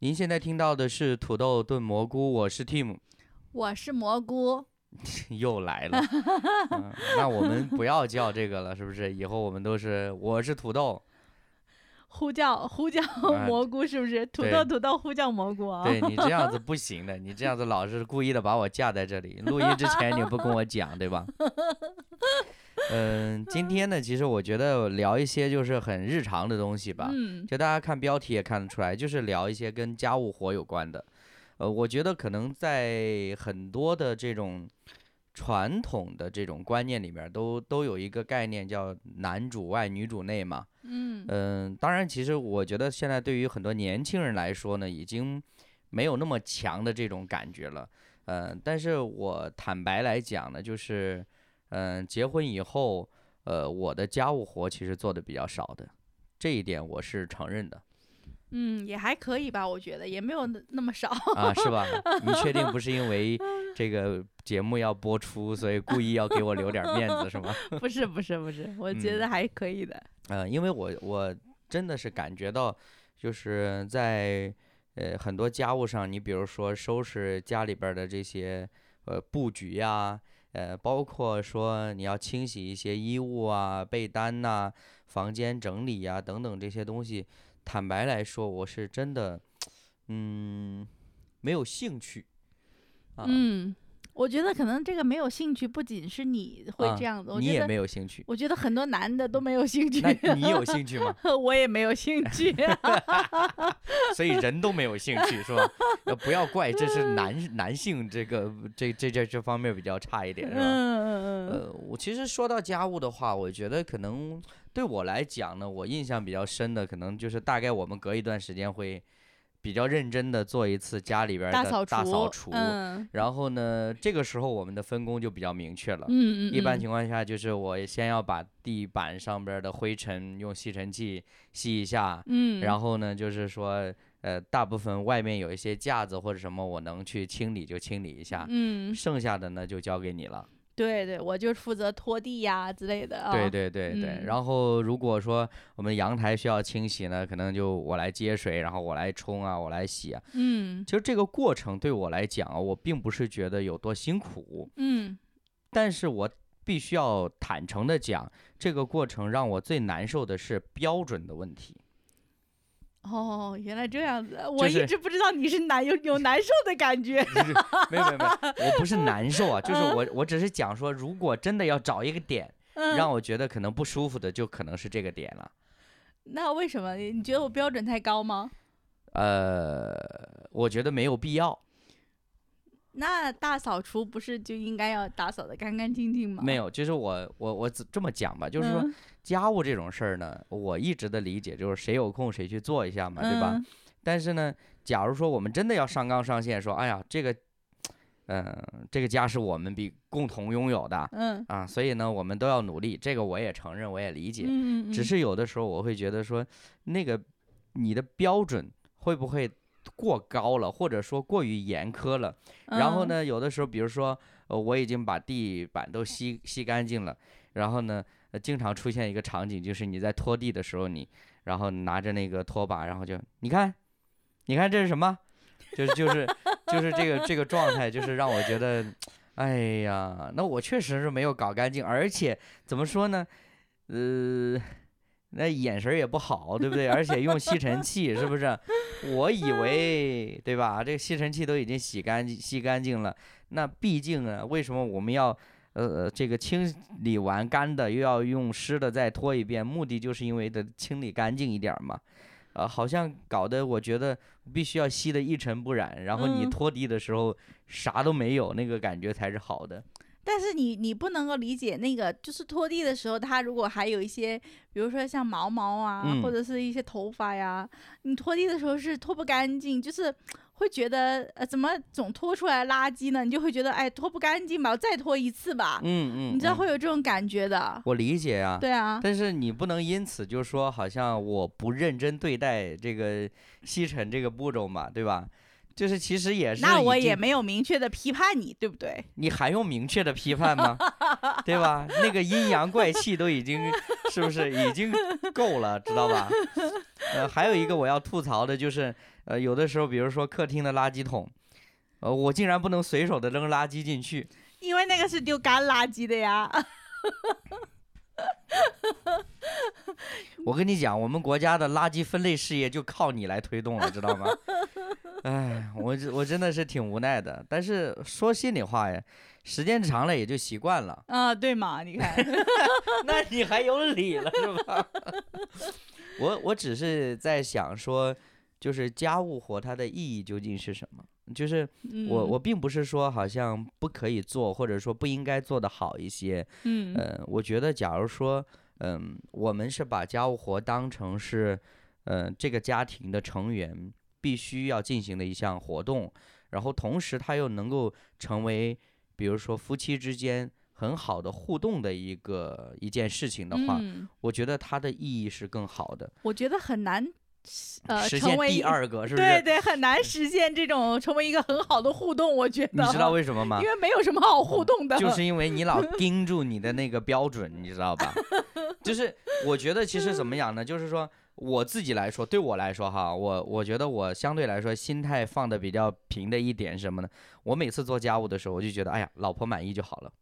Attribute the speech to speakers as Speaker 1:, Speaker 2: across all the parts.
Speaker 1: 您现在听到的是土豆炖蘑菇，我是 Tim，
Speaker 2: 我是蘑菇，
Speaker 1: 又来了、嗯那我们不要叫这个了，是不是？以后我们都是我是土豆。
Speaker 2: 呼叫呼叫
Speaker 1: 啊
Speaker 2: 蘑菇是不是？土
Speaker 1: 对
Speaker 2: 豆土豆呼叫蘑菇啊、
Speaker 1: 对你这样子不行的，你这样子老是故意的把我架在这里。录音之前你不跟我讲，对吧？嗯，今天呢，其实我觉得聊一些就是很日常的东西吧。
Speaker 2: 嗯
Speaker 1: 就大家看标题也看得出来，就是聊一些跟家务活有关的。呃，我觉得可能在很多的这种传统的这种观念里面都，都有一个概念叫男主外女主内嘛。
Speaker 2: 嗯
Speaker 1: 嗯、当然，其实我觉得现在对于很多年轻人来说呢，已经没有那么强的这种感觉了。呃，但是我坦白来讲呢，就是，嗯、结婚以后，呃，我的家务活其实做的比较少的，这一点我是承认的
Speaker 2: 嗯，也还可以吧，我觉得也没有那那么 少。
Speaker 1: 啊，是吧？你确定不是因为这个节目要播出，所以故意要给我留点面子是吗？
Speaker 2: 不是不是不是，我觉
Speaker 1: 嗯
Speaker 2: 得还可以的。
Speaker 1: 呃，因为我我真的是感觉到，就是在呃很多家务上，你比如说收拾家里边儿的这些呃布局呀、呃，包括说你要清洗一些衣物啊、被单呐、房间整理呀、等等这些东西，坦白来说，我是真的，嗯，没有兴趣。啊，
Speaker 2: 嗯，我觉得可能这个没有兴趣，不仅是你会
Speaker 1: 啊
Speaker 2: 这样子，我
Speaker 1: 你
Speaker 2: 觉
Speaker 1: 也
Speaker 2: 得
Speaker 1: 没有兴 趣，
Speaker 2: 我觉得很多男的都没有兴趣，
Speaker 1: 那你有兴趣吗？
Speaker 2: 我也没 有兴趣。啊
Speaker 1: 所以人都没有兴趣，是吧？呃，不要怪，这是男男性这个这这这这方面比较差一 点，是吧？
Speaker 2: 嗯嗯
Speaker 1: 呃，我其实说到家务的话，我觉得可能对我来讲呢，我印象比较深的，可能就是大概我们隔一段时间会比较认真的做一次家里边
Speaker 2: 嗯，
Speaker 1: 儿的
Speaker 2: 扫除，
Speaker 1: 大扫除。
Speaker 2: 嗯
Speaker 1: 然后呢，这个时候我们的分工就比较明确了。
Speaker 2: 嗯嗯，
Speaker 1: 呃一般
Speaker 2: 嗯
Speaker 1: 情况下，就是我先要把地板上边儿的灰尘用吸尘器吸一下，
Speaker 2: 嗯，
Speaker 1: 然后呢，就是说，呃，大部分外面有一些架子或者什么，我能去清理就清理一下，
Speaker 2: 嗯，
Speaker 1: 剩下的呢就交给你了。
Speaker 2: 对对，我就负责拖地呀、之类的啊。
Speaker 1: 对对对对。
Speaker 2: 嗯
Speaker 1: 然后如果说我们阳台需要清洗呢，可能就我来接水，然后我来冲啊，我来洗啊。
Speaker 2: 嗯
Speaker 1: 其实这个过程对我来讲啊，我并不是觉得有多辛苦，
Speaker 2: 嗯
Speaker 1: 但是我。必须要坦诚的讲，这个过程让我最难受的是标准的问题。
Speaker 2: 哦，原来这样子，我
Speaker 1: 是
Speaker 2: 一直不知道你是难有有难受的感 觉。
Speaker 1: 就是没有没有没有，我不是难受啊，就是我我只是讲说，如果真的要找一个点
Speaker 2: 嗯，
Speaker 1: 让我觉得可能不舒服的，就可能是这个点了。
Speaker 2: 那为什么你你觉得我标准太高吗？
Speaker 1: 呃，我觉得没有必要，
Speaker 2: 那大扫除不是就应该要打扫的干干净净吗？
Speaker 1: 没，有，就是我我我只这么讲吧，就是说
Speaker 2: 嗯、
Speaker 1: 家务这种事儿呢，我一直的理解就是谁有空谁去做一下嘛，对吧？
Speaker 2: 嗯？
Speaker 1: 但是呢，假如说我们真的要上纲上线，说哎呀这个，嗯、这个家是我们比共同拥有的
Speaker 2: 嗯
Speaker 1: 啊，所以呢我们都要努力，这个我也承认，我也理解。
Speaker 2: 嗯，嗯
Speaker 1: 只是有的时候我会觉得说，那个你的标准会不会过高了，或者说过于严苛了？
Speaker 2: 嗯
Speaker 1: 然后？呢，有的时候比如说，呃，我已经把地板都吸吸干净了，然后呢，呃经常出现一个场景，就是你在拖地的时候，你然后拿着那个拖把，然后就你看，你看这是什么？就是就是就是这个这个状态，就是让我觉得，哎呀，那我确实是没有搞干净，而且怎么说呢，呃。那眼神儿也不好，对不对？而且用吸尘器，是不是？我以为，对吧？这个吸尘器都已经洗干净、吸干净了，那毕竟啊，为什么我们要呃这个清理完干的，又要用湿的再拖一遍？目的就是因为得清理干净一点儿嘛。呃，好像搞得我觉得必须要吸得一尘不染，然后你
Speaker 2: 嗯
Speaker 1: 拖地的时候啥都没有，那个感觉才是好的。
Speaker 2: 但是你你不能够理解那个，就是拖地的时候，它如果还有一些，比如说像毛毛啊，
Speaker 1: 嗯
Speaker 2: 或者是一些头发呀，你拖地的时候是拖不干净，就是会觉得呃怎么总拖出来垃圾呢？你就会觉得哎拖不干净吧，我再拖一次吧，
Speaker 1: 嗯嗯，
Speaker 2: 你知道
Speaker 1: 嗯
Speaker 2: 会有这种感觉的。
Speaker 1: 我理解啊。
Speaker 2: 对啊，
Speaker 1: 但是你不能因此就说好像我不认真对待这个吸尘这个步骤嘛，对吧？就是其实也是已经，
Speaker 2: 那我也没有明确的批判你，对不对？
Speaker 1: 你还用明确的批判吗？对吧？那个阴阳怪气都已经是不是已经够了，知道吧？呃，还有一个我要吐槽的就是，呃，有的时候比如说客厅的垃圾桶，呃，我竟然不能随手的扔垃圾进去，
Speaker 2: 因为那个是丢干垃圾的呀。。
Speaker 1: 我跟你讲，我们国家的垃圾分类事业就靠你来推动了，知道吗？哎，我这我真的是挺无奈的。但是说心里话呀，时间长了也就习惯了
Speaker 2: 啊，对嘛？你 看，
Speaker 1: 那你还有理了是吧？ 我我只是在想说，就是家务活它的意义究竟是什么？就是
Speaker 2: 嗯
Speaker 1: 我我并不是说好像不可以做，或者说不应该做得好一些，
Speaker 2: 嗯嗯
Speaker 1: 嗯，我觉得假如说，嗯，我们是把家务活当成是，嗯，这个家庭的成员必须要进行的一项活动，然后同时它又能够成为，比如说夫妻之间很好的互动的一个一件事情的话，
Speaker 2: 嗯
Speaker 1: 我觉得它的意义是更好的，
Speaker 2: 我觉得很难，呃，
Speaker 1: 实
Speaker 2: 成
Speaker 1: 现
Speaker 2: 为
Speaker 1: 第
Speaker 2: 一
Speaker 1: 二个是不
Speaker 2: 对
Speaker 1: 是？
Speaker 2: 对，很难实现这种成为一个很好的互动。我觉
Speaker 1: 你
Speaker 2: 得，
Speaker 1: 知道为什么吗嗯
Speaker 2: 因？为没有什么好互动的，
Speaker 1: 就是因为你 老盯住你的那个标准，你知道吧？就是我觉得其实怎么讲呢？就是说我自己来说，对我来说哈，我我觉得我相对来说心态放的比较平的一点是什么呢？我每次做家务的时候，我就觉得哎呀，老婆满意就好了。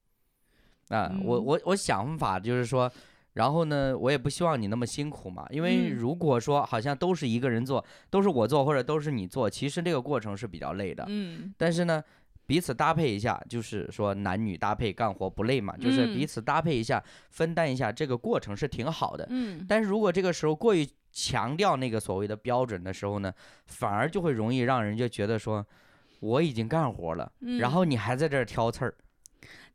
Speaker 1: 啊，我
Speaker 2: 嗯
Speaker 1: 我我想法就是说。然后呢，我也不希望你那么辛苦嘛，因为
Speaker 2: 嗯
Speaker 1: 如果说好像都是一个人做，都是我做或者都是你做，其实这个过程是比较累的。
Speaker 2: 嗯
Speaker 1: 但是呢，彼此搭配一下，就是说男女搭配干活不累嘛，就是彼
Speaker 2: 嗯
Speaker 1: 此搭配一下，分担一下，这个过程是挺好的。
Speaker 2: 嗯
Speaker 1: 但是如果这个时候过于强调那个所谓的标准的时候呢，反而就会容易让人家觉得说。我已经干活了，
Speaker 2: 嗯
Speaker 1: 然后你还在这儿挑刺儿，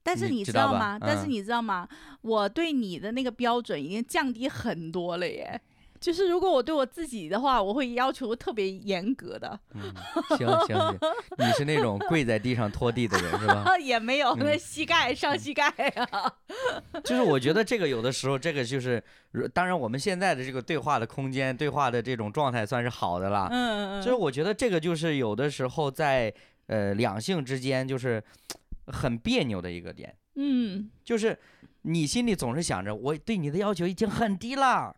Speaker 2: 但是
Speaker 1: 你
Speaker 2: 你
Speaker 1: 知
Speaker 2: 知
Speaker 1: 道
Speaker 2: 道
Speaker 1: 吧
Speaker 2: 吗？但是
Speaker 1: 嗯
Speaker 2: 你知道吗？我对你的那个标准已经降低很多了耶。就是如果我对我自己的话，我会要求特别严格的，
Speaker 1: 嗯、 行行行，你是那种跪在地上拖地的人是吧？
Speaker 2: 啊，也没有那
Speaker 1: 嗯
Speaker 2: 膝盖上膝盖啊，
Speaker 1: 就是我觉得这个有的时候，这个就是，如当然我们现在的这个对话的空间、对话的这种状态算是好的啦，
Speaker 2: 嗯嗯，
Speaker 1: 啊就是我觉得这个就是有的时候在呃两性之间就是很别扭的一个点，
Speaker 2: 嗯
Speaker 1: 就是你心里总是想着我对你的要求已经很低了，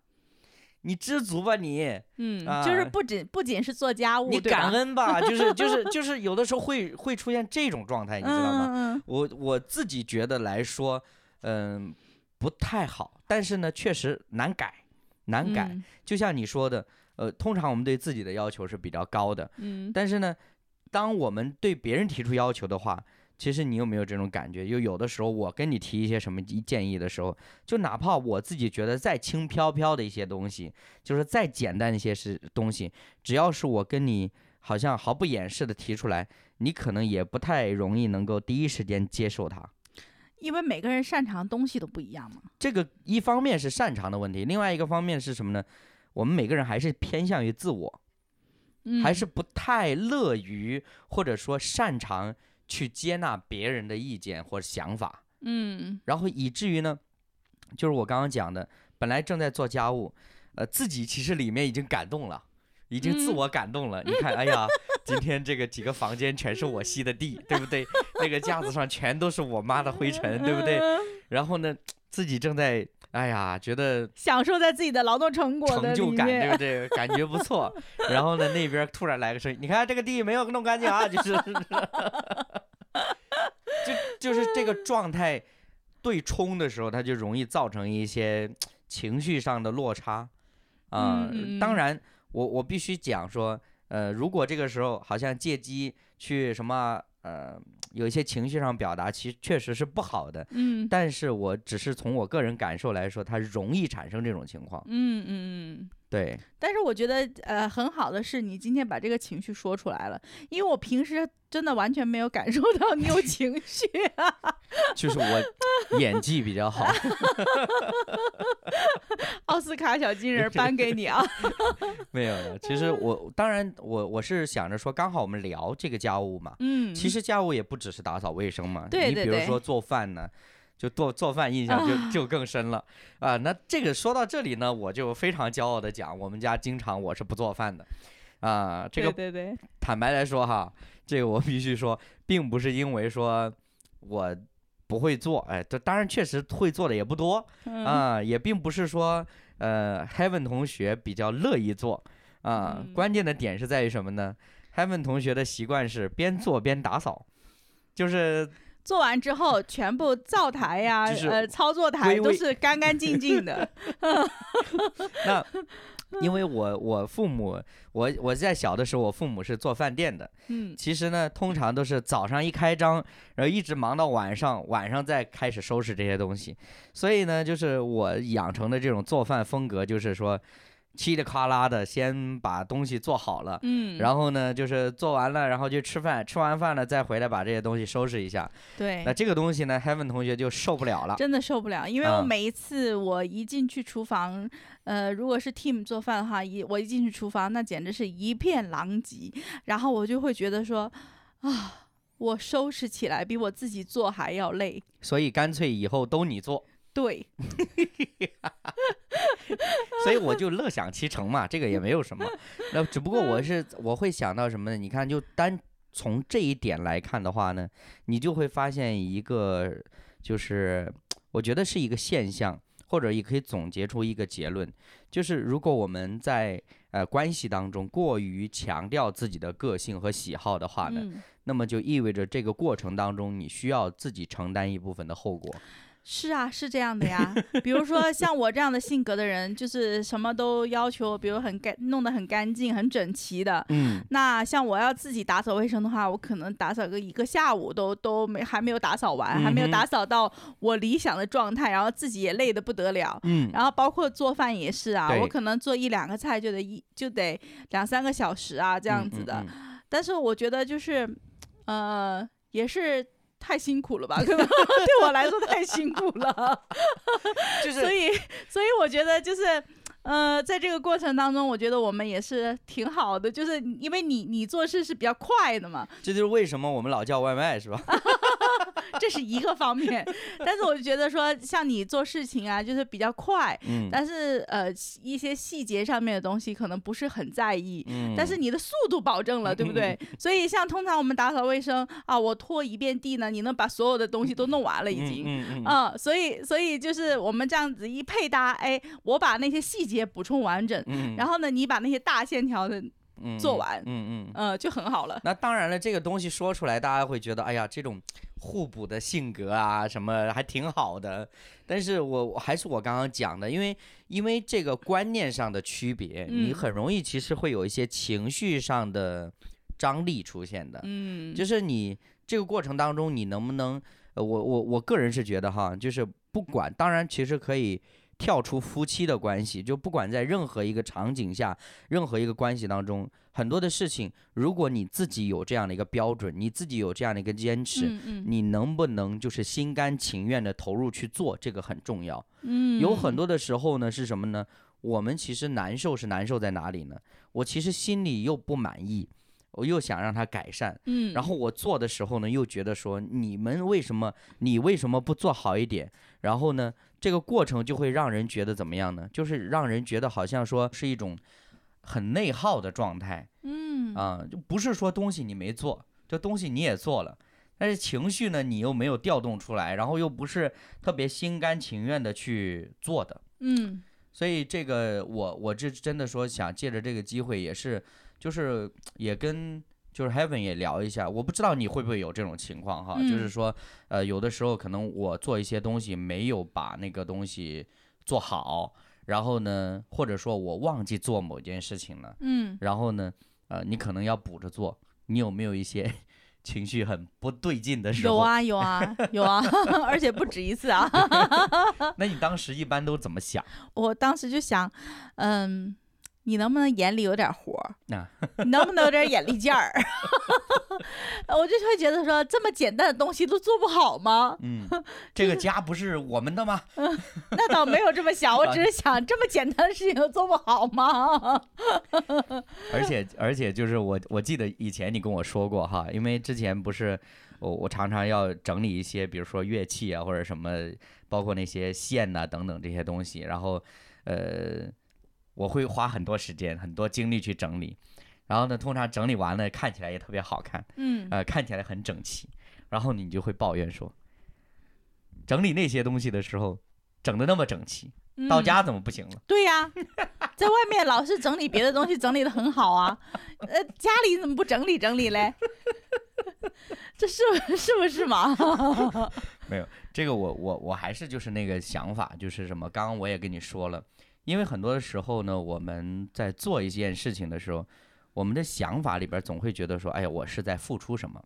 Speaker 1: 你知足吧你，
Speaker 2: 嗯，
Speaker 1: 啊
Speaker 2: 就是不仅不仅是做家务，
Speaker 1: 你
Speaker 2: 哦对
Speaker 1: 感
Speaker 2: 吧，
Speaker 1: 恩 吧，就是就是就是有的时候会会出现这种状态，你知道吗？
Speaker 2: 嗯嗯
Speaker 1: 我我自己觉得来说，嗯，不太好，但是呢，确实难改，难
Speaker 2: 嗯，
Speaker 1: 改。就像你说的，呃，通常我们对自己的要求是比较高的，
Speaker 2: 嗯，
Speaker 1: 但是呢，当我们对别人提出要求的话，其实你有没有这种感觉？就有的时候我跟你提一些什么一建议的时候，就哪怕我自己觉得再轻飘飘的一些东西，就是再简单一些是东西，只要是我跟你好像毫不掩饰的提出来，你可能也不太容易能够第一时间接受它。
Speaker 2: 因为每个人擅长的东西都不一样嘛，
Speaker 1: 这个一方面是擅长的问题，另外一个方面是什么呢？我们每个人还是偏向于自我，
Speaker 2: 嗯
Speaker 1: 还是不太乐于或者说擅长去接纳别人的意见或者想法，
Speaker 2: 嗯
Speaker 1: 然后以至于呢，就是我刚刚讲的，本来正在做家务，呃，自己其实里面已经感动了。已经自
Speaker 2: 嗯
Speaker 1: 我感动了，你看，哎呀，今天这个几个房间全是我吸的地，对不对？那个架子上全都是我妈的灰尘，呃
Speaker 2: 嗯
Speaker 1: 对不 对？然后呢，自己正在，哎呀，觉得
Speaker 2: 享受在自己的劳动成果的
Speaker 1: 成就
Speaker 2: 里
Speaker 1: 感，对
Speaker 2: 面
Speaker 1: 不对？感觉不错。 然后呢，那边突然来个声音，你看这个地没有弄干净啊，就是， 就就是这个状态对冲的时候，它就容易造成一些情绪上的落差啊、
Speaker 2: 嗯嗯嗯
Speaker 1: 当然，我我必须讲说，呃，如果这个时候好像借机去什么，呃，有一些情绪上表达，其实确实是不好的。
Speaker 2: 嗯
Speaker 1: 但是我只是从我个人感受来说，它容易产生这种情况。
Speaker 2: 嗯嗯嗯。
Speaker 1: 对，
Speaker 2: 但是我觉得，呃，很好的是你今天把这个情绪说出来了，因为我平时真的完全没有感受 到你有情绪、啊，
Speaker 1: 就是 我演技比较好，
Speaker 2: 奥斯卡小金人儿颁给你啊，
Speaker 1: 没有了。其实
Speaker 2: 嗯
Speaker 1: 我当然我我是想着说，刚好我们聊这个家务嘛，
Speaker 2: 嗯，
Speaker 1: 其实家务也不只是打扫卫生嘛，
Speaker 2: 对对
Speaker 1: 你比如
Speaker 2: 对
Speaker 1: 说做饭呢。就做做饭印象就就更深了啊！那这个说到这里呢，我就非常骄傲的讲，我们家经常我是不做饭的，啊，这个
Speaker 2: 对对对，
Speaker 1: 坦白来说哈，这个我必须说，并不是因为说我不会做，哎，这当然确实会做的也不多
Speaker 2: 嗯
Speaker 1: 啊、也并不是说呃 Heaven 同学比较乐意做啊、
Speaker 2: 嗯
Speaker 1: 关键的点是在于什么呢？Heaven 同学的习惯是边做边打扫， 就是
Speaker 2: 做完之后全部灶台呀、
Speaker 1: 就是
Speaker 2: 呃操作台
Speaker 1: 归
Speaker 2: 都
Speaker 1: 位
Speaker 2: 是干干净 净的。
Speaker 1: 那因为我我父母，我我在小的时候，我父母是做饭店的。
Speaker 2: 嗯
Speaker 1: 其实呢，通常都是早上一开张，然后一直忙到晚上，晚上再开始收拾这些东西。所以呢，就是我养成的这种做饭风格，就是说，嘁里咔啦的先把东西做好了。
Speaker 2: 嗯，
Speaker 1: 然后呢，就是做完了，然后就吃饭，吃完饭了再回来把这些东西收拾一下。
Speaker 2: 对
Speaker 1: 那，这个东西呢，Heaven 同学就受不了了。
Speaker 2: 真的受不了，因为我
Speaker 1: 嗯
Speaker 2: 每一次我一进去厨房，呃，如果是 team 做饭的话，一我一进去厨房，那简直是一片狼藉，然后我就会觉得说，啊，我收拾起来比我自己做还要累。
Speaker 1: 所以干脆以后都你做。
Speaker 2: 对，
Speaker 1: 所以我就乐享其成嘛，这个也没有什么。那只不过我是我会想到什么呢？你看，就单从这一点来看的话呢，你就会发现一个，就是我觉得是一个现象，或者也可以总结出一个结论，就是如果我们在呃关系当中过于强调自己的个性和喜好的话呢，
Speaker 2: 嗯，
Speaker 1: 那么就意味着这个过程当中你需要自己承担一部分的后果。
Speaker 2: 是啊，是这样 的呀。比如说像我这样的性格的人，就是什么都要求，比如很干，弄得很干净、很整齐的。
Speaker 1: 嗯，
Speaker 2: 那像我要自己打扫卫生的话，我可能打扫个一个下午都都没还没有打扫完，还没有
Speaker 1: 嗯哼
Speaker 2: 打扫到我理想的状态，然后自己也累得不得了。
Speaker 1: 嗯，
Speaker 2: 然后包括做饭也是啊，
Speaker 1: 对
Speaker 2: 我可能做一两个菜就得一就得两三个小时啊
Speaker 1: 这
Speaker 2: 这样子的。但是我觉得就是，呃，也是太辛苦了吧， 可能对我来说太辛苦了。
Speaker 1: 嗯就是
Speaker 2: 所以，所以我觉得就是。呃，在这个过程当中，我觉得我们也是挺好的，就是因为你你做事是比较快的嘛，
Speaker 1: 这就是为什么我们老叫外卖是吧？
Speaker 2: 这是一个方面。但是我就觉得说，像你做事情啊，就是比较快，
Speaker 1: 嗯，
Speaker 2: 但是呃一些细节上面的东西可能不是很在意，
Speaker 1: 嗯
Speaker 2: 但是你的速度保证了，对不对？所以像通常我们打扫卫生啊，我拖一遍地呢，你能把所有的东西都弄完了已经。
Speaker 1: 嗯嗯嗯
Speaker 2: 啊、所以所以就是我们这样子一配搭，哎，我把那些细节补充完整，
Speaker 1: 嗯
Speaker 2: 然后呢，你把那些大线条的，
Speaker 1: 嗯
Speaker 2: 做完
Speaker 1: 嗯嗯。
Speaker 2: 呃，就很好了。
Speaker 1: 那当然了，这个东西说出来，大家会觉得，哎呀，这种互补的性格啊，什么还挺好的。但是我我还是我刚刚讲的，因为因为这个观念上的区别，你
Speaker 2: 嗯
Speaker 1: 很容易其实会有一些情绪上的张力出现的。
Speaker 2: 嗯，
Speaker 1: 就是你这个过程当中，你能不能，呃，我我我个人是觉得哈，就是不
Speaker 2: 嗯
Speaker 1: 管，当然其实可以跳出夫妻的关系，就不管在任何一个场景下，任何一个关系当中，很多的事情，如果你自己有这样的一个标准，你自己有这样的一个坚持。
Speaker 2: 嗯嗯
Speaker 1: 你能不能就是心甘情愿的投入去做，这个很重要。
Speaker 2: 嗯，
Speaker 1: 有很多的时候呢，是什么呢？我们其实难受是难受在哪里呢？我其实心里又不满意，我又想让它改善，
Speaker 2: 嗯，
Speaker 1: 然后我做的时候呢，又觉得说你们为什么你为什么不做好一点？然后呢，这个过程就会让人觉得怎么样呢？就是让人觉得好像说是一种很内耗的状态
Speaker 2: 嗯
Speaker 1: 啊、就不是说东西你没做，这东西你也做了。但是情绪呢，你又没有调动出来，然后又不是特别心甘情愿的去做的，
Speaker 2: 嗯
Speaker 1: 所以这个我我这真的说想借着这个机会，也是就是也跟就是 Heaven 也聊一下，我不知道你会不会有这种情况哈，就是
Speaker 2: 嗯
Speaker 1: 说呃有的时候可能我做一些东西没有把那个东西做好，然后呢或者说我忘记做某件事情了，
Speaker 2: 嗯
Speaker 1: 然后呢呃你可能要补着做，你有没有一些 情绪很不对劲的时候？
Speaker 2: 有啊有啊有啊， 而且不止一次 啊。
Speaker 1: 那你当时一般都怎么想？
Speaker 2: 我当时就想，嗯，你能不能眼里有点活儿？
Speaker 1: 啊
Speaker 2: 你能不能有点眼力劲儿？ 我就会觉得说，这么简单的东西都做不好吗？
Speaker 1: 嗯，这个家不是我们的吗？
Speaker 2: 那倒没有这么想，
Speaker 1: 啊
Speaker 2: 我只是想，这么简单的事情都做不好吗？
Speaker 1: 而且而且就是我我记得以前你跟我说过哈，因为之前不是我我常常要整理一些，比如说乐器啊或者什么，包括那些线呐、等等这些东西，然后呃我会花很多时间很多精力去整理，然后呢通常整理完了看起来也特别好看，
Speaker 2: 嗯，
Speaker 1: 呃看起来很整齐，然后你就会抱怨说。整理那些东西的时候整的那么整齐，到
Speaker 2: 嗯
Speaker 1: 家怎么不行了？
Speaker 2: 对呀、在外面老是整理别的东西，整理的很好啊，呃，家里怎么不整理整理嘞？ 这是不是不是嘛？
Speaker 1: 这个我我我还是就是那个想法，就是什么？刚刚我也跟你说了，因为很多的时候呢，我们在做一件事情的时候，我们的想法里边总会觉得说，哎呀，我是在付出什么，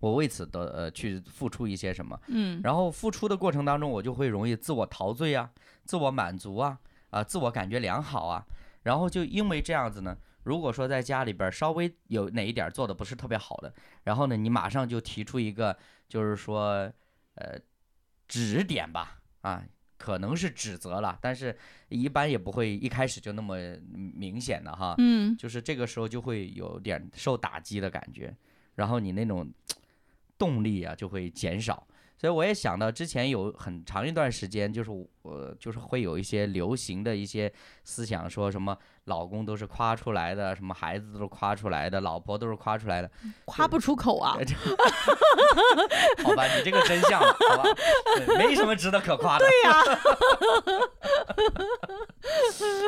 Speaker 1: 我为此的呃去付出一些什么。
Speaker 2: 嗯
Speaker 1: 然后付出的过程当中，我就会容易自我陶醉啊，自我满足啊，啊、自我感觉良好啊。然后就因为这样子呢，如果说在家里边儿稍微有哪一点儿做的不是特别好的，然后呢，你马上就提出一个，呃就是说，呃，指点吧，啊，可能是指责了，但是一般也不会一开始就那么明显的哈。
Speaker 2: 嗯，
Speaker 1: 就是这个时候就会有点受打击的感觉，然后你那种动力啊就会减少。所以我也想到之前有很长一段时间，就是我、呃就是会有一些流行的一些思想，说什么老公都是夸出来的，什么孩子都是夸出来的，老婆都是夸出来的。。
Speaker 2: 夸不出口啊
Speaker 1: 好吧，你这个真相了，好吧，对没什么值得可夸的。对呀、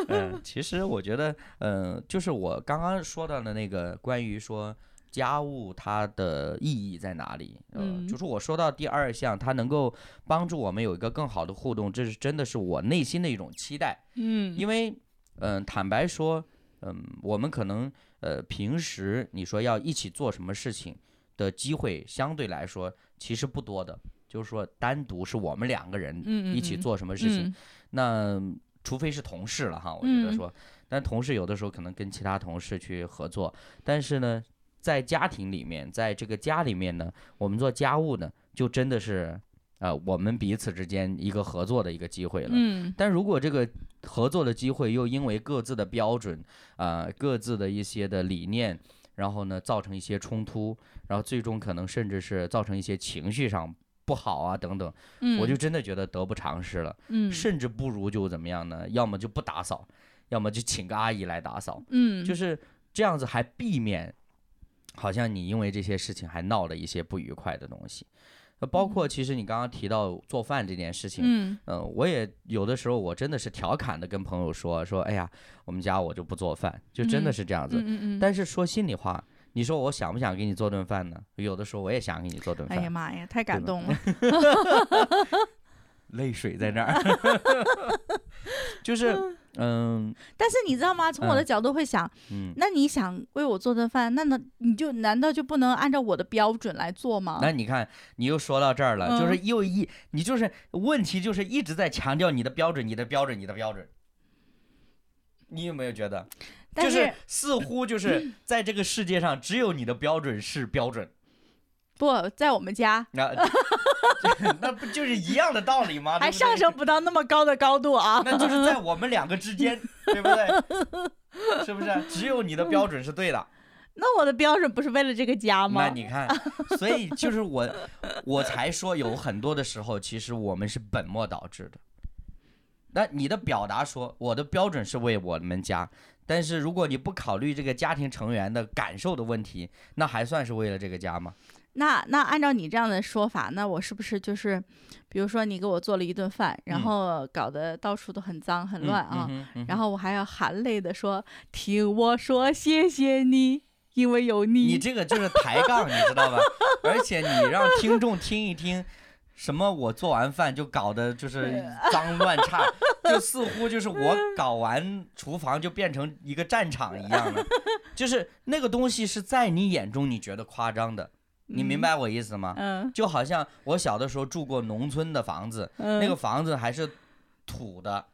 Speaker 1: 嗯，其实我觉得，嗯、就是我刚刚说到的那个关于说家务它的意义在哪里，呃、
Speaker 2: 嗯
Speaker 1: 就是我说到第二项，它能够帮助我们有一个更好的互动，这是真的是我内心的一种期待。
Speaker 2: 嗯
Speaker 1: 因为，嗯、坦白说，嗯、我们可能呃，平时你说要一起做什么事情的机会，相对来说其实不多的。就是说，单独是我们两个人
Speaker 2: 嗯嗯
Speaker 1: 一起
Speaker 2: 嗯
Speaker 1: 做什么事情，
Speaker 2: 嗯
Speaker 1: 那除非是同事了哈，我觉得
Speaker 2: 嗯
Speaker 1: 说，但同事有的时候可能跟其他同事去合作，但是呢，在家庭里面，在这个家里面呢，我们做家务呢，就真的是呃，我们彼此之间一个合作的一个机会了。
Speaker 2: 嗯
Speaker 1: 但如果这个合作的机会又因为各自的标准，啊，各自的一些的理念，然后呢造成一些冲突，然后最终可能甚至是造成一些情绪上不好啊等等，
Speaker 2: 嗯，
Speaker 1: 我就真的觉得得不偿失了，
Speaker 2: 嗯
Speaker 1: 甚至不如就怎么样呢？要么就不打扫，要么就请个阿姨来打扫，
Speaker 2: 嗯
Speaker 1: 就是这样子还避免，好像你因为这些事情还闹了一些不愉快的东西。呃包括其实你刚刚提到做饭这件事情，
Speaker 2: 嗯
Speaker 1: 嗯，我也有的时候我真的是调侃的跟朋友说说，哎呀，我们家我就不做饭，就真的
Speaker 2: 嗯
Speaker 1: 是这样
Speaker 2: 嗯
Speaker 1: 子。
Speaker 2: 嗯嗯，
Speaker 1: 但是说心里话，你说我想不想给你做顿饭呢？有的时候我也想给你做顿
Speaker 2: 哎
Speaker 1: 饭，
Speaker 2: 呀妈呀，太感
Speaker 1: 吧
Speaker 2: 动了。
Speaker 1: 泪水在那 儿，就是嗯
Speaker 2: 但是你知道吗？从我的
Speaker 1: 嗯
Speaker 2: 角度会想，
Speaker 1: 嗯，
Speaker 2: 那你想为我做顿饭，那能你就难道就不能按照我的标准来做吗？
Speaker 1: 那你看你又说到这儿了，就是
Speaker 2: 嗯
Speaker 1: 又一你就是问题就是一直在强调你的标准，你的标准，你的标准。你有没有觉得，
Speaker 2: 但嗯
Speaker 1: 就是似乎就是在这个世界上，只有你的标准是标准。
Speaker 2: 不在我们家
Speaker 1: 那 那不就是一样的道理吗？
Speaker 2: 还
Speaker 1: 对不对
Speaker 2: 上升不到那么高的高度啊。
Speaker 1: 那就是在我们两个之间，对不对？ 是不是？只有你的标准是对的。
Speaker 2: 那我的标准不是为了这个家嗯吗？
Speaker 1: 那你看，所以就是我，我才说有很多的时候，其实我们是本末倒置的。那你的表达说，我的标准是为我们家，但是如果你不考虑这个家庭成员的感受的问题，那还算是为了这个家吗？嗯
Speaker 2: 那那按照你这样的说法，那我是不是就是，比如说你给我做了一顿饭，然
Speaker 1: 嗯
Speaker 2: 后搞得到处都很脏很
Speaker 1: 嗯
Speaker 2: 乱啊，，
Speaker 1: 嗯哼嗯哼
Speaker 2: 然后我还要含泪的说，听我说谢谢你，因为有
Speaker 1: 你这个就是抬杠，你知道吧？而且你让听众听一听，什么我做完饭就搞得就是脏乱差，就似乎就是我搞完厨房就变成一个战场一样了。就是那个东西是在你眼中你觉得夸张的，你明白我意思吗？
Speaker 2: 嗯
Speaker 1: 就好像我小的时候住过农村的房子，
Speaker 2: 嗯，
Speaker 1: 那个房子还是土的，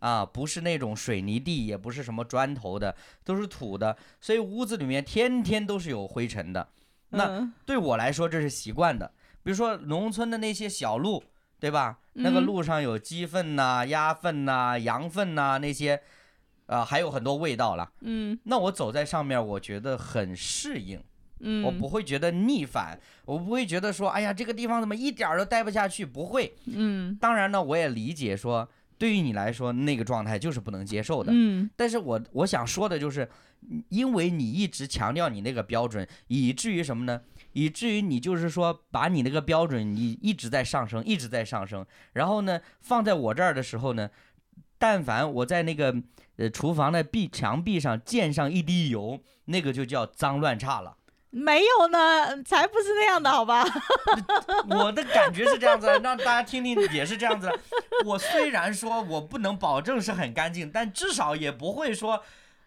Speaker 1: 啊，不是那种水泥地，也不是什么砖头的，都是土的，所以屋子里面天天都是有灰尘的。那
Speaker 2: 嗯
Speaker 1: 对我来说，这是习惯的。比如说农村的那些小路，对吧？那个
Speaker 2: 嗯
Speaker 1: 路上有鸡粪呐、鸭粪呐、羊粪呐、那些，啊、还有很多味道了。
Speaker 2: 嗯
Speaker 1: 那我走在上面，我觉得很适应。
Speaker 2: 嗯，
Speaker 1: 我不会觉得逆反，我不会觉得说，哎呀，这个地方怎么一点儿都待不下去？不会，
Speaker 2: 嗯
Speaker 1: 当然呢，我也理解说，对于你来说，那个状态就是不能接受的。
Speaker 2: 嗯
Speaker 1: 但是我我想说的就是，嗯因为你一直强调你那个标准，以至于什么呢？以至于你就是说，把你那个标准你一直在上升，一直在上升。然后呢，放在我这儿的时候呢，但凡我在那个呃厨房的壁墙壁上溅上一滴油，那个就叫脏乱差了。
Speaker 2: 没有呢，才不是那样的好吧？
Speaker 1: 我的感觉是这样子的，让 大家听听也是这样子的。我虽然说我不能保证是很干净，但至少也不会说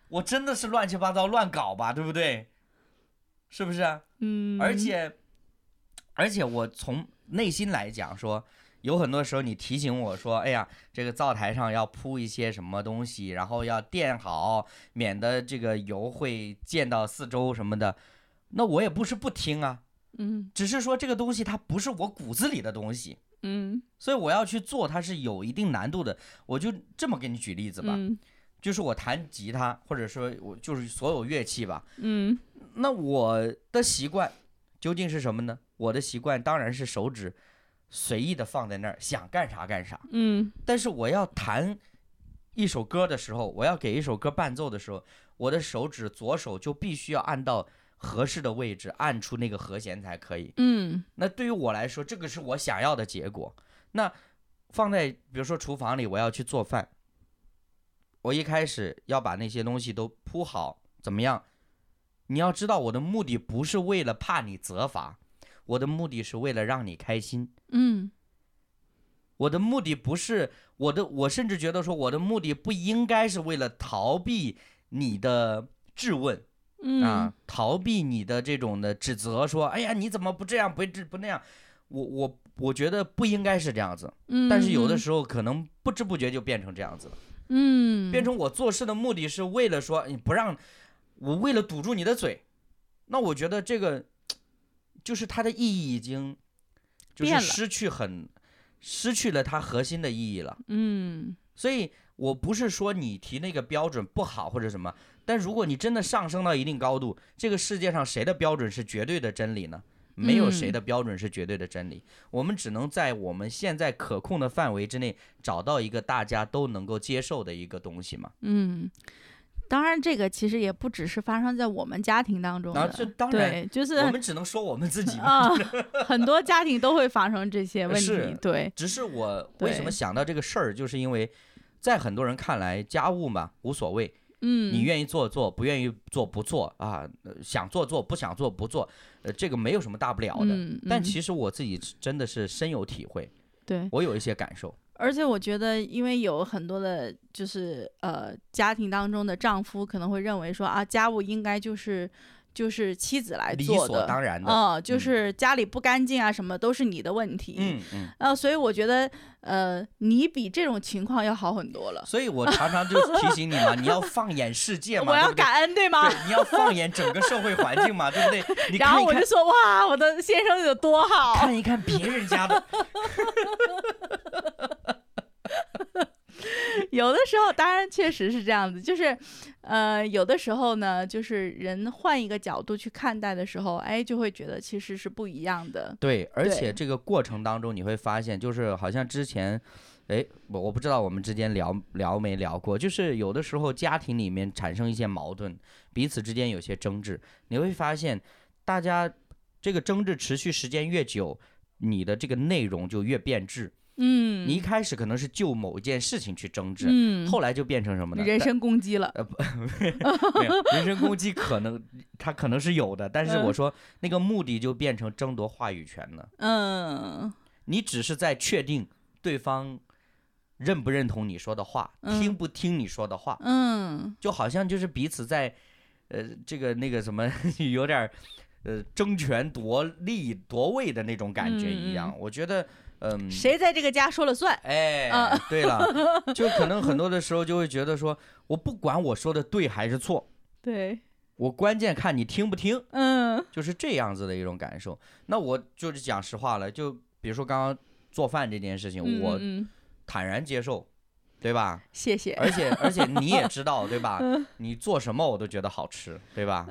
Speaker 1: 我真的是乱七八糟乱搞吧，对不对？是不是啊？
Speaker 2: 嗯，
Speaker 1: 而且，而且我从内心来讲说，有很多时候你提醒我说，哎呀，这个灶台上要铺一些什么东西，然后要垫好，免得这个油会溅到四周什么的。那我也不是不听啊，
Speaker 2: 嗯
Speaker 1: 只是说这个东西它不是我骨子里的东西，
Speaker 2: 嗯，
Speaker 1: 所以我要去做，它是有一定难度的。我就这么给你举例子吧，
Speaker 2: 嗯
Speaker 1: 就是我弹吉他，或者说我就是所有乐器吧，
Speaker 2: 嗯
Speaker 1: 那我的习惯究竟是什么呢？我的习惯当然是手指随意的放在那儿，想干啥干啥。
Speaker 2: 嗯
Speaker 1: 但是我要弹一首歌的时候，我要给一首歌伴奏的时候，我的手指左手就必须要按到合适的位置，按出那个和弦才可以。
Speaker 2: 嗯
Speaker 1: 那对于我来说，这个是我想要的结果。那放在比如说厨房里，我要去做饭，我一开始要把那些东西都铺好，怎么样？你要知道，我的目的不是为了怕你责罚，我的目的是为了让你开心。
Speaker 2: 嗯
Speaker 1: 我的目的不是我的，我甚至觉得说，我的目的不应该是为了逃避你的质问，
Speaker 2: 嗯
Speaker 1: 啊，逃避你的这种的指责，说，哎呀，你怎么不这样，不这不那样？我我我觉得不应该是这样子，
Speaker 2: 嗯，
Speaker 1: 但是有的时候可能不知不觉就变成这样子了，
Speaker 2: 嗯
Speaker 1: 变成我做事的目的是为了说你不让我为了堵住你的嘴，那我觉得这个就是它的意义已经就
Speaker 2: 变
Speaker 1: 是
Speaker 2: 了
Speaker 1: 失去很失去了它核心的意义了。
Speaker 2: 嗯
Speaker 1: 所以我不是说你提那个标准不好或者什么，但如果你真的上升到一定高度，这个世界上谁的标准是绝对的真理呢？没有谁
Speaker 2: 嗯
Speaker 1: 的标准是绝对的真理，我们只能在我们现在可控的范围之内找到一个大家都能够接受的一个东西嘛。
Speaker 2: 嗯。当然，这个其实也不只是发生在我们家庭当中
Speaker 1: 然
Speaker 2: 的，
Speaker 1: 后这当然，
Speaker 2: 对，就是
Speaker 1: 我们只能说我们自己嘛。
Speaker 2: 啊，很多家庭都会发生这些问
Speaker 1: 是
Speaker 2: 题。对，
Speaker 1: 只是我为什么
Speaker 2: 对
Speaker 1: 想到这个事儿，就是因为在很多人看来，家务嘛无所谓，
Speaker 2: 嗯，
Speaker 1: 你愿意做做，不愿意做不做啊，呃想做做，不想做不做，呃，这个没有什么大不了的。
Speaker 2: 嗯、
Speaker 1: 但
Speaker 2: 嗯
Speaker 1: 其实我自己是真的是深有体会，
Speaker 2: 对，
Speaker 1: 我有一些感受。
Speaker 2: 而且我觉得，因为有很多的，就是呃，家庭当中的丈夫可能会认为说啊，家务应该就是就是妻子来
Speaker 1: 理
Speaker 2: 做
Speaker 1: 所
Speaker 2: 的，
Speaker 1: 当然的
Speaker 2: 哦、
Speaker 1: 嗯
Speaker 2: 就是家里不干净啊，什么都是你的问题。
Speaker 1: 嗯嗯，
Speaker 2: 呃，所以我觉得，呃，你比这种情况要好很多了。
Speaker 1: 所以我常常就提醒你嘛，你要放眼世界嘛，
Speaker 2: 我要
Speaker 1: 对不对
Speaker 2: 感恩，对吗？
Speaker 1: 对，你要放眼整个社会环境嘛，对不对？你
Speaker 2: 然
Speaker 1: 看
Speaker 2: 后
Speaker 1: 一
Speaker 2: 我
Speaker 1: 看
Speaker 2: 就，说，哇，我的先生有多好。
Speaker 1: 看一看别人家的，
Speaker 2: 有的时候，当然确实是这样子，就是，呃，有的时候呢，就是人换一个角度去看待的时候，哎，就会觉得其实是不一样的。
Speaker 1: 对，而且
Speaker 2: 对
Speaker 1: 这个过程当中你会发现，就是好像之前，哎，我我不知道我们之间聊聊没聊过，就是有的时候家庭里面产生一些矛盾，彼此之间有些争执，你会发现，大家这个争执持续时间越久，你的这个内容就越变质。
Speaker 2: 嗯，
Speaker 1: 你一开始可能是就某一件事情去争执，
Speaker 2: 嗯，
Speaker 1: 后来就变成什么呢？
Speaker 2: 人
Speaker 1: 但
Speaker 2: 身攻击了。
Speaker 1: 没有人身攻击可能他可能是有的，但是我
Speaker 2: 嗯
Speaker 1: 说那个目的就变成争夺话语权了。
Speaker 2: 嗯
Speaker 1: 你只是在确定对方认不认同你说的话，
Speaker 2: 嗯
Speaker 1: 听不听你说的话，
Speaker 2: 嗯
Speaker 1: 就好像就是彼此在，呃，这个那个什么， 有点儿，呃，争权夺利夺位的那种感觉一样。
Speaker 2: 嗯
Speaker 1: 我觉得，嗯、
Speaker 2: 谁在这个家说了算？
Speaker 1: 哎，
Speaker 2: 啊
Speaker 1: 对了，就可能很多的时候就会觉得说，我不管我说的对还是错，
Speaker 2: 对，
Speaker 1: 我关键看你听不听。
Speaker 2: 嗯
Speaker 1: 就是这样子的一种感受。那我就是讲实话了，就比如说刚刚做饭这件事情，
Speaker 2: 嗯
Speaker 1: 我
Speaker 2: 嗯，嗯
Speaker 1: 坦然接受，对 吧？
Speaker 2: 谢谢。
Speaker 1: 而且而且你也知道，对吧？
Speaker 2: 嗯
Speaker 1: 你做什么我都觉得好吃，对 吧？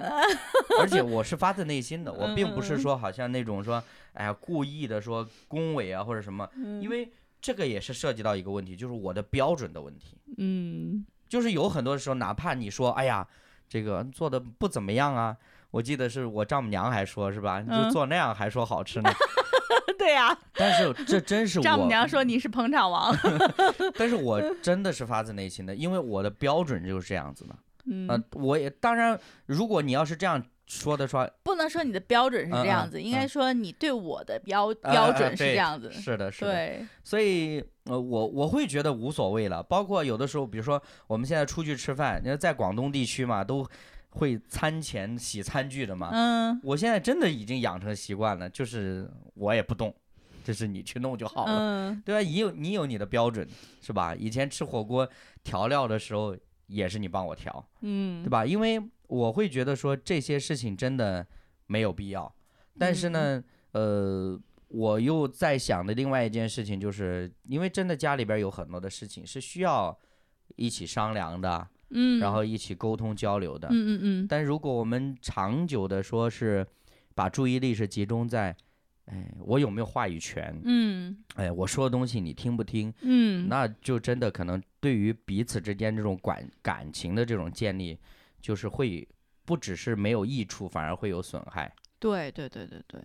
Speaker 1: 而且我是发自内心的，
Speaker 2: 嗯嗯
Speaker 1: 我并不是说好像那种说，哎呀故意的说恭维啊或者什么，因为这个也是涉及到一个问题，就是我的标准的问题。
Speaker 2: 嗯
Speaker 1: 就是有很多时候，哪怕你说，哎呀，这个做的不怎么样啊，我记得是我丈母娘还说是吧，你就
Speaker 2: 嗯
Speaker 1: 做那样还说好吃呢。
Speaker 2: 对呀、
Speaker 1: 但是这真是我，
Speaker 2: 丈母娘说你是捧 场王，
Speaker 1: 但是我真的是发自内心的，因为我的标准就是这样子的。
Speaker 2: 嗯，
Speaker 1: 呃，我也当然，如果你要是这样说的呃说，
Speaker 2: 不能说你的标准是这样子，
Speaker 1: 嗯嗯
Speaker 2: 应该说你对我的标
Speaker 1: 呃
Speaker 2: 标准是
Speaker 1: 对
Speaker 2: 这样子，
Speaker 1: 是的，是的。
Speaker 2: 嗯对，
Speaker 1: 所以，呃，我我会觉得无所谓了。包括有的时候，比如说我们现在出去吃饭，因为在广东地区嘛，都会餐前洗餐具的嘛。
Speaker 2: 嗯
Speaker 1: 我现在真的已经养成习惯了，就是我也不动，就是你去弄就好了，
Speaker 2: 嗯，
Speaker 1: 对吧？啊你有你有你的标准，是吧？以前吃火锅调料的时候也是你帮我调，
Speaker 2: 嗯，
Speaker 1: 对吧？因为我会觉得说这些事情真的没有必要，但是呢，
Speaker 2: 嗯
Speaker 1: 呃，我又在想的另外一件事情，就是因为真的家里边有很多的事情是需要一起商量的，
Speaker 2: 嗯，
Speaker 1: 然后一起沟通交流的。
Speaker 2: 嗯嗯嗯，
Speaker 1: 但如果我们长久的说是把注意力是集中在，哎，我有没有话语权？
Speaker 2: 嗯
Speaker 1: 哎，我说的东西你听不听？
Speaker 2: 嗯，
Speaker 1: 那就真的可能对于彼此之间这种感感情的这种建立，就是会不只是没有益处，反而会有损害。
Speaker 2: 对对对对对，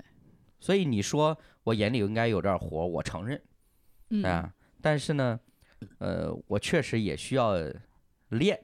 Speaker 1: 所以你说我眼里应该有点活，我承认
Speaker 2: 嗯，
Speaker 1: 啊，但是呢，呃，我确实也需要练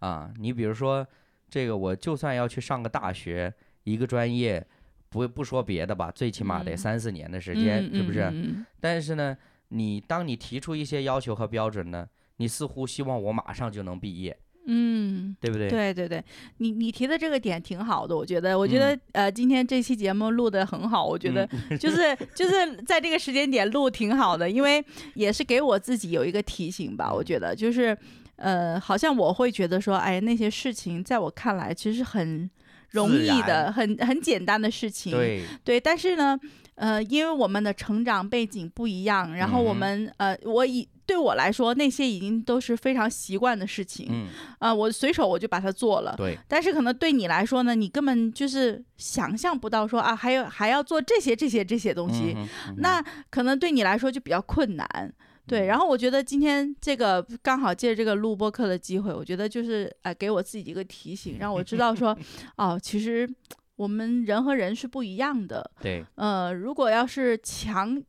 Speaker 1: 啊。你比如说这个，我就算要去上个大学，一个专业，不不说别的吧，最起码得
Speaker 2: 嗯
Speaker 1: 三四年的时间，
Speaker 2: 嗯
Speaker 1: 是不是？
Speaker 2: 嗯嗯嗯
Speaker 1: 但是呢，你当你提出一些要求和标准呢，你似乎希望我马上就能毕业，
Speaker 2: 嗯
Speaker 1: 对不对？
Speaker 2: 对对对，你你提的这个点挺好的，我觉得，我觉得、
Speaker 1: 嗯
Speaker 2: 呃，今天这期节目录的很好，我觉得 就是、就是在这个时间点录挺好的，因为也是给我自己有一个提醒吧，
Speaker 1: 嗯
Speaker 2: 我觉得就是呃，好像我会觉得说，哎，那些事情在我看来其实很容
Speaker 1: 自
Speaker 2: 易的，
Speaker 1: 然
Speaker 2: 很很简单的事情，
Speaker 1: 对，
Speaker 2: 对，但是呢，呃，因为我们的成长背景不一样，然后我
Speaker 1: 嗯哼
Speaker 2: 们、呃，我以对我来说，那些已经都是非常习惯的事情，
Speaker 1: 嗯，
Speaker 2: 啊，我随手我就把它做了。
Speaker 1: 对，
Speaker 2: 但是可能对你来说呢，你根本就是想象不到说啊，还有还要做这些这些这些东西，
Speaker 1: 嗯哼嗯
Speaker 2: 那可能对你来说就比较困难。对，然后我觉得今天这个刚好借着这个录播课的机会，我觉得就是呃，给我自己一个提醒，让我知 道说，哦，其实我们人和人是不一样的。
Speaker 1: 对，
Speaker 2: 呃，如果要是强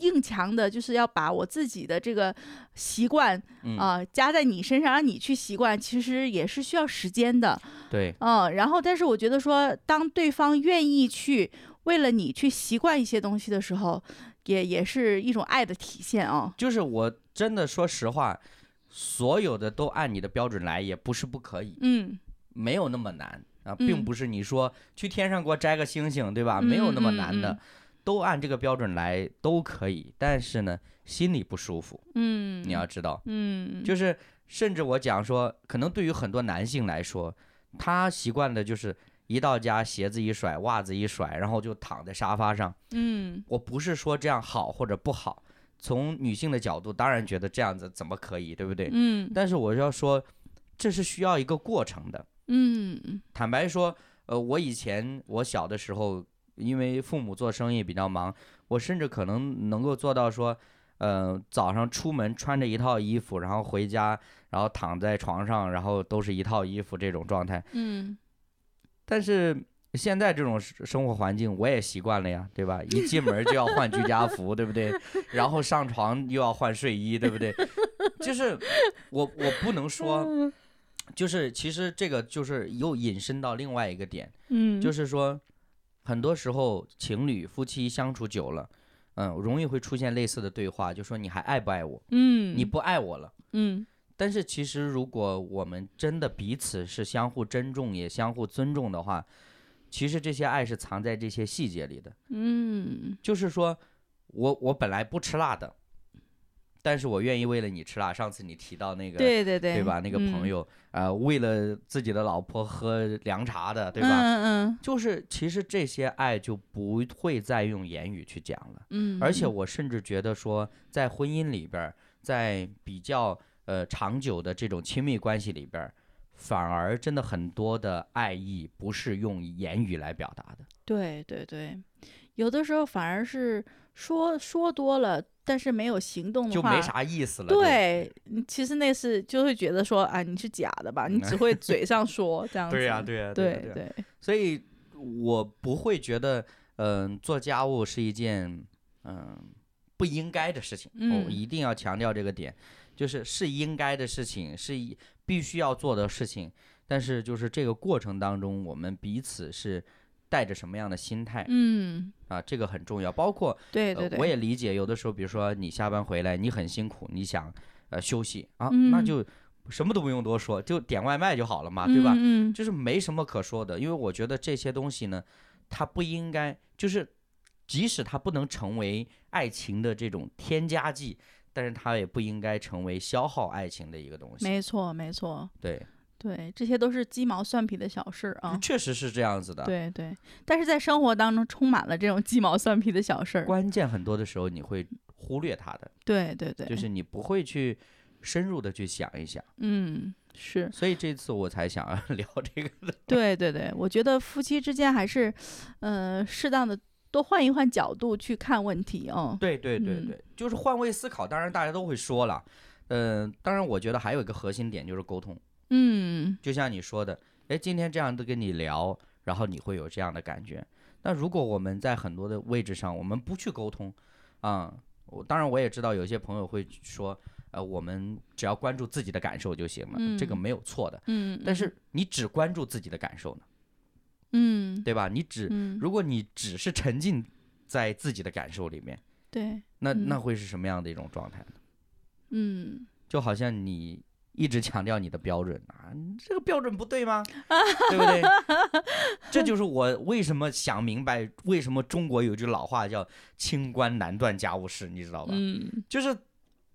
Speaker 2: 硬强的，就是要把我自己的这个习惯
Speaker 1: 嗯，
Speaker 2: 啊、加在你身上，让你去习惯，其实也是需要时间的。
Speaker 1: 对，
Speaker 2: 嗯，然后但是我觉得说，当对方愿意去为了你去习惯一些东西的时候，也也是一种爱的体现啊、
Speaker 1: 就是我真的说实话，所有的都按你的标准来，也不是不可以，
Speaker 2: 嗯，
Speaker 1: 没有那么难啊，
Speaker 2: 嗯
Speaker 1: 并不是你说去天上给我摘个星星，对吧？没有那么
Speaker 2: 嗯嗯
Speaker 1: 难的
Speaker 2: 嗯，
Speaker 1: 都按这个标准来都可以，但是呢，心里不舒服，
Speaker 2: 嗯，
Speaker 1: 你要知道。
Speaker 2: 嗯，
Speaker 1: 就是甚至我讲说，可能对于很多男性来说，他习惯的就是一到家鞋子一甩，袜子一甩，然后就躺在沙发上。
Speaker 2: 嗯
Speaker 1: 我不是说这样好或者不好，从女性的角度，当然觉得这样子怎么可以，对不对？
Speaker 2: 嗯
Speaker 1: 但是我要说，这是需要一个过程的。
Speaker 2: 嗯嗯
Speaker 1: 坦白说，呃，我以前我小的时候，因为父母做生意比较忙，我甚至可能能够做到说，呃，早上出门穿着一套衣服，然后回家，然后躺在床上，然后都是一套衣服这种状态。
Speaker 2: 嗯
Speaker 1: 但是现在这种生生活环境，我也习惯了呀，对吧？一进门就要换居家服，对不对？然后上床又要换睡衣，对不对？就是我我不能说，
Speaker 2: 嗯
Speaker 1: 就是其实这个就是又引申到另外一个点。
Speaker 2: 嗯，
Speaker 1: 就是说，很多时候情侣夫妻相处久了，嗯，容易会出现类似的对话，就说你还爱不爱我？
Speaker 2: 嗯
Speaker 1: 你不爱我了。
Speaker 2: 嗯
Speaker 1: 但是其实，如果我们真的彼此是相互珍重，也相互尊重的话，其实这些爱是藏在这些细节里的。
Speaker 2: 嗯
Speaker 1: 就是说我我本来不吃辣的，但是我愿意为了你吃辣。上次你提到那个
Speaker 2: 对嗯对对
Speaker 1: 对吧？那个朋、友啊、呃为了自己的老婆喝凉茶的，对吧？
Speaker 2: 嗯嗯
Speaker 1: 就是其实这些爱就不会再用言语去讲了，
Speaker 2: 嗯，
Speaker 1: 而且我甚至觉得说，在婚姻里边儿，在比较呃长久的这种亲密关系里边儿，反而真的很多的爱意不是用言语来表达的。
Speaker 2: 对对对，有的时候反而是说说多了，但是没有行动的
Speaker 1: 就
Speaker 2: 嗯话，
Speaker 1: 没啥意思了。就，
Speaker 2: 对，嗯其实那是就会觉得说，啊，你是假的吧？你只会嘴上说这样子。
Speaker 1: 对呀，对呀，呀
Speaker 2: 对
Speaker 1: 呀。所以我不会觉得，嗯、做家务是一件嗯、不应该的事情。我
Speaker 2: 嗯
Speaker 1: 一定要强调这个点，就是是应该的事情，是一必须要做的事情。但是就是这个过程当中，我们彼此是带着什么样的心态、
Speaker 2: 嗯，
Speaker 1: 啊，这个很重要。包括
Speaker 2: 对对
Speaker 1: 呃
Speaker 2: 对，
Speaker 1: 我也理解，有的时候，比如说你下班回来，你很辛苦，你想呃休息啊，那
Speaker 2: 嗯
Speaker 1: 就什么都不用多说，就点外卖就好了嘛，啊对吧？
Speaker 2: 嗯嗯
Speaker 1: 就是没什么可说的，因为我觉得这些东西呢，它不应该，就是即使它不能成为爱情的这种添加剂，但是它也不应该成为消耗爱情的一个东西。
Speaker 2: 没错没错，
Speaker 1: 对，
Speaker 2: 对，这些都是鸡毛蒜皮的小事儿啊。
Speaker 1: 确实是这样子的。
Speaker 2: 对对，但是在生活当中充满了这种鸡毛蒜皮的小事儿。
Speaker 1: 关键很多的时候你会忽略它的，
Speaker 2: 对对对，
Speaker 1: 就是你不会去深入的去想一想。
Speaker 2: 嗯，是
Speaker 1: 所以这次我才想要聊这个的。
Speaker 2: 对对对，我觉得夫妻之间还是，呃，适当的多换一换角度去看问题哦。
Speaker 1: 对对对
Speaker 2: 嗯
Speaker 1: 对，就是换位思考，当然大家都会说了。嗯、当然我觉得还有一个核心点就是沟通。
Speaker 2: 嗯
Speaker 1: 就像你说的，哎，今天这样的跟你聊，然后你会有这样的感觉。那如果我们在很多的位置上，我们不去沟通，啊、我当然我也知道有些朋友会说，呃，我们只要关注自己的感受就行了，这个
Speaker 2: 嗯
Speaker 1: 没有错的。
Speaker 2: 嗯，
Speaker 1: 但是你只关注自己的感受呢，
Speaker 2: 嗯
Speaker 1: 对吧？你只
Speaker 2: 嗯，
Speaker 1: 如果你只是沉浸在自己的感受里面，
Speaker 2: 对，
Speaker 1: 那那
Speaker 2: 嗯
Speaker 1: 会是什么样的一种状态呢？
Speaker 2: 嗯，
Speaker 1: 就好像你一直强调你的标准啊，你这个标准不对吗？对不对？这就是我为什么想明白为什么中国有句老话叫“清官难断家务事”，你知道吧？
Speaker 2: 嗯，
Speaker 1: 就是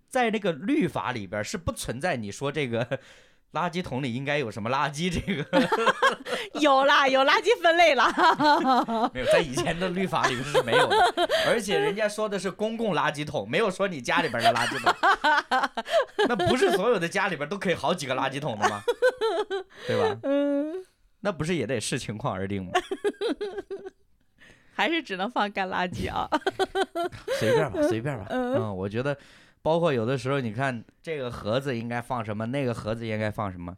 Speaker 1: 在那个律法里边儿是不存在你说这个垃圾桶里应该有什么垃圾，这个
Speaker 2: 有啦，有垃圾分类啦。
Speaker 1: 没有，在以前的律法里边是没有的，而且人家说的是公共垃圾桶，没有说你家里边的垃圾桶。那不是所有的家里边都可以好几个垃圾桶的吗？对吧？
Speaker 2: 嗯，
Speaker 1: 那不是也得视情况而定吗？
Speaker 2: 还是只能放干垃圾啊。
Speaker 1: 随便吧，随便吧。
Speaker 2: 嗯
Speaker 1: 嗯，我觉得，包括有的时候，你看这个盒子应该放什么，那个盒子应该放什么。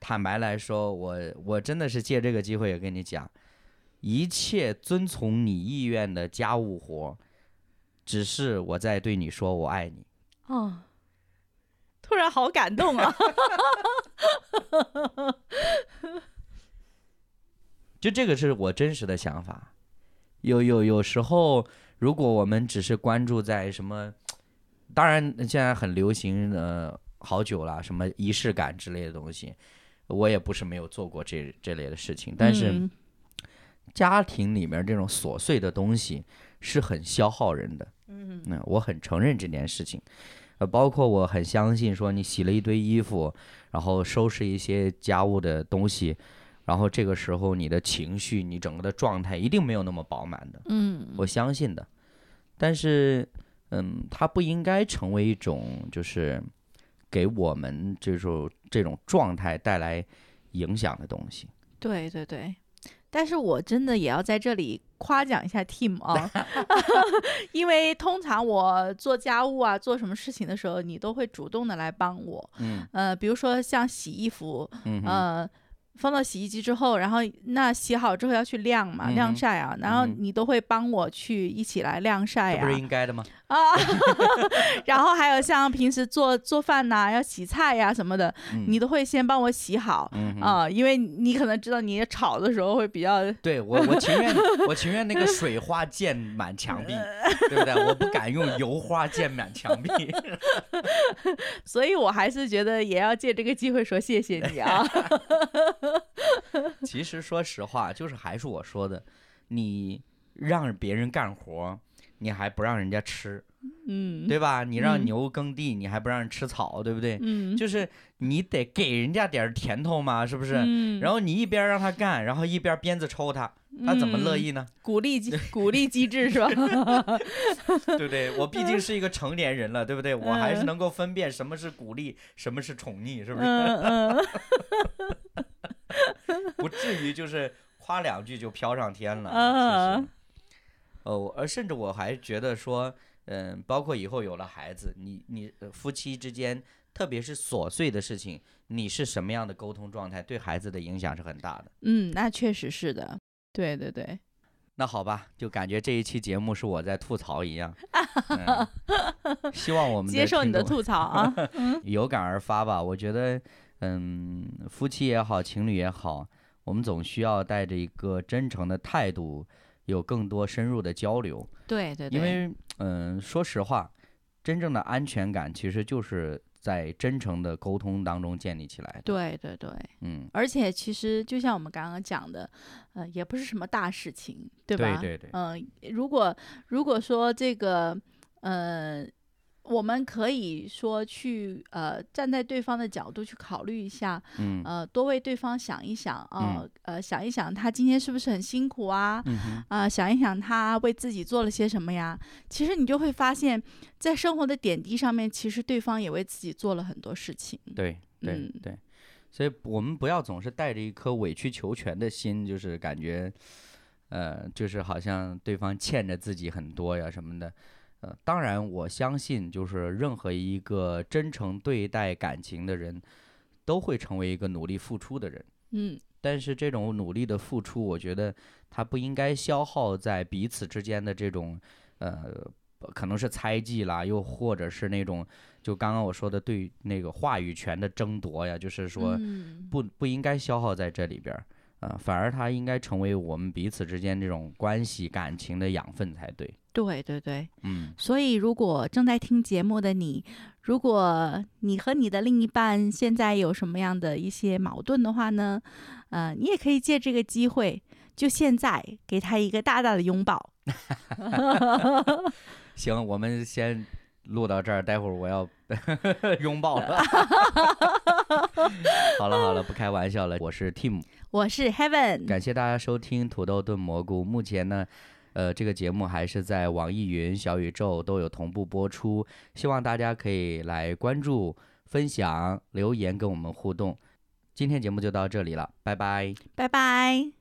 Speaker 1: 坦白来说，我我真的是借这个机会也跟你讲，一切遵从你意愿的家务活，只是我在对你说我爱你。
Speaker 2: 哦， 突然好感动 啊。
Speaker 1: 就这个是我真实的想法。有有有时候，如果我们只是关注在什么，当然现在很流行呃好久了，什么仪式感之类的东西，我也不是没有做过这这类的事情。但是
Speaker 2: 嗯
Speaker 1: 家庭里面这种琐碎的东西是很消耗人的。嗯，那我很承认这件事情。呃，包括我很相信说你洗了一堆衣服，然后收拾一些家务的东西，然后这个时候你的情绪，你整个的状态一定没有那么饱满的，
Speaker 2: 嗯
Speaker 1: 我相信的。但是，嗯，它不应该成为一种就是给我们这种这种状态带来影响的东西。
Speaker 2: 对对对，但是我真的也要在这里夸奖一下 Team 啊，因为通常我做家务啊，做什么事情的时候，你都会主动的来帮我。
Speaker 1: 嗯
Speaker 2: 呃，比如说像洗衣服，
Speaker 1: 嗯哼
Speaker 2: 呃，放到洗衣机之后，然后那洗好之后要去晾嘛，
Speaker 1: 嗯
Speaker 2: 晾
Speaker 1: 哼
Speaker 2: 晒啊，然后
Speaker 1: 嗯哼
Speaker 2: 你都会帮我去一起来晾晒
Speaker 1: 这
Speaker 2: 哎呀、
Speaker 1: 不是应该的吗？
Speaker 2: 啊， 然后还有像平时做做饭呐、要洗菜呀、什么的，
Speaker 1: 嗯
Speaker 2: 你都会先帮我洗好。
Speaker 1: 嗯哼
Speaker 2: 啊、因为你可能知道你炒的时候会比较，
Speaker 1: 对我，我情愿我情愿那个水花溅满墙 壁，对不对？我不敢用油花溅满墙壁。
Speaker 2: 所以我还是觉得也要借这个机会说谢谢你啊。
Speaker 1: 其实说实话，就是还是我说的，你让别人干活，你还不让人家吃，
Speaker 2: 嗯，
Speaker 1: 对吧？你让
Speaker 2: 嗯
Speaker 1: 牛耕地，你还不让人吃草，对不对？
Speaker 2: 嗯，
Speaker 1: 就是你得给人家点儿甜头嘛，是不是？
Speaker 2: 嗯
Speaker 1: 然后你一边让他干，然后一边鞭子抽他，他怎么乐
Speaker 2: 嗯
Speaker 1: 意呢？
Speaker 2: 鼓励机鼓励机 制是吧？
Speaker 1: 对 不对？我毕竟是一个成年人了，对不对？我还是
Speaker 2: 嗯
Speaker 1: 能够分辨什么是鼓励，什么是宠溺，是不是？
Speaker 2: 嗯嗯，
Speaker 1: 不至于就是夸两句就飘上天了。
Speaker 2: 啊
Speaker 1: 其实呃，我而甚至我还觉得说，嗯、包括以后有了孩子，你你呃夫妻之间，特别是琐碎的事情，你是什么样的沟通状态，对孩子的影响是很大的。
Speaker 2: 嗯，那确实是的，对对对，
Speaker 1: 那好吧，就感觉这一期节目是我在吐槽一样，嗯、 希望我们
Speaker 2: 接受你的
Speaker 1: 听众
Speaker 2: 吐槽啊。
Speaker 1: 有感而发吧。我觉得，嗯，夫妻也好，情侣也好，我们总需要带着一个真诚的态度，有更多深入的交流。
Speaker 2: 对对对，
Speaker 1: 因为，嗯，说实话，真正的安全感其实就是在真诚的沟通当中建立起来的。
Speaker 2: 对对对，
Speaker 1: 嗯，
Speaker 2: 而且其实就像我们刚刚讲的，呃，也不是什么大事情，对吧？
Speaker 1: 对对对，
Speaker 2: 嗯、如果如果说这个，呃，我们可以说去呃站在对方的角度去考虑一下，
Speaker 1: 嗯
Speaker 2: 呃，多为对方想一想啊、呃，想一想他今天是不是很辛苦啊，
Speaker 1: 嗯哼，
Speaker 2: 啊、想一想他为自己做了些什么呀。其实你就会发现，在生活的点滴上面，其实对方也为自己做了很多事情。
Speaker 1: 对对
Speaker 2: 嗯
Speaker 1: 对。所以我们不要总是带着一颗委曲求全的心，就是感觉，呃，就是好像对方欠着自己很多呀什么的。呃，当然，我相信就是任何一个真诚对待感情的人，都会成为一个努力付出的人。
Speaker 2: 嗯，
Speaker 1: 但是这种努力的付出，我觉得它不应该消耗在彼此之间的这种，呃，可能是猜忌啦，又或者是那种，就刚刚我说的对那个话语权的争夺呀，就是说
Speaker 2: 嗯
Speaker 1: 不不应该消耗在这里边儿，呃，反而它应该成为我们彼此之间这种关系感情的养分才对。
Speaker 2: 对对对，
Speaker 1: 嗯，
Speaker 2: 所以如果正在听节目的你，如果你和你的另一半现在有什么样的一些矛盾的话呢，呃，你也可以借这个机会，就现在给他一个大大的拥抱。
Speaker 1: 行，我们先录到这儿，待会儿我要 拥抱 了。好了好了，不开玩笑了，我是 Tim。
Speaker 2: 我是 Heaven，
Speaker 1: 感谢大家收听土豆炖蘑菇。目前呢，呃，这个节目还是在网易云、小宇宙都有同步播出，希望大家可以来关注、分享、留言跟我们互动。今天节目就到这里了，拜拜。
Speaker 2: 拜拜。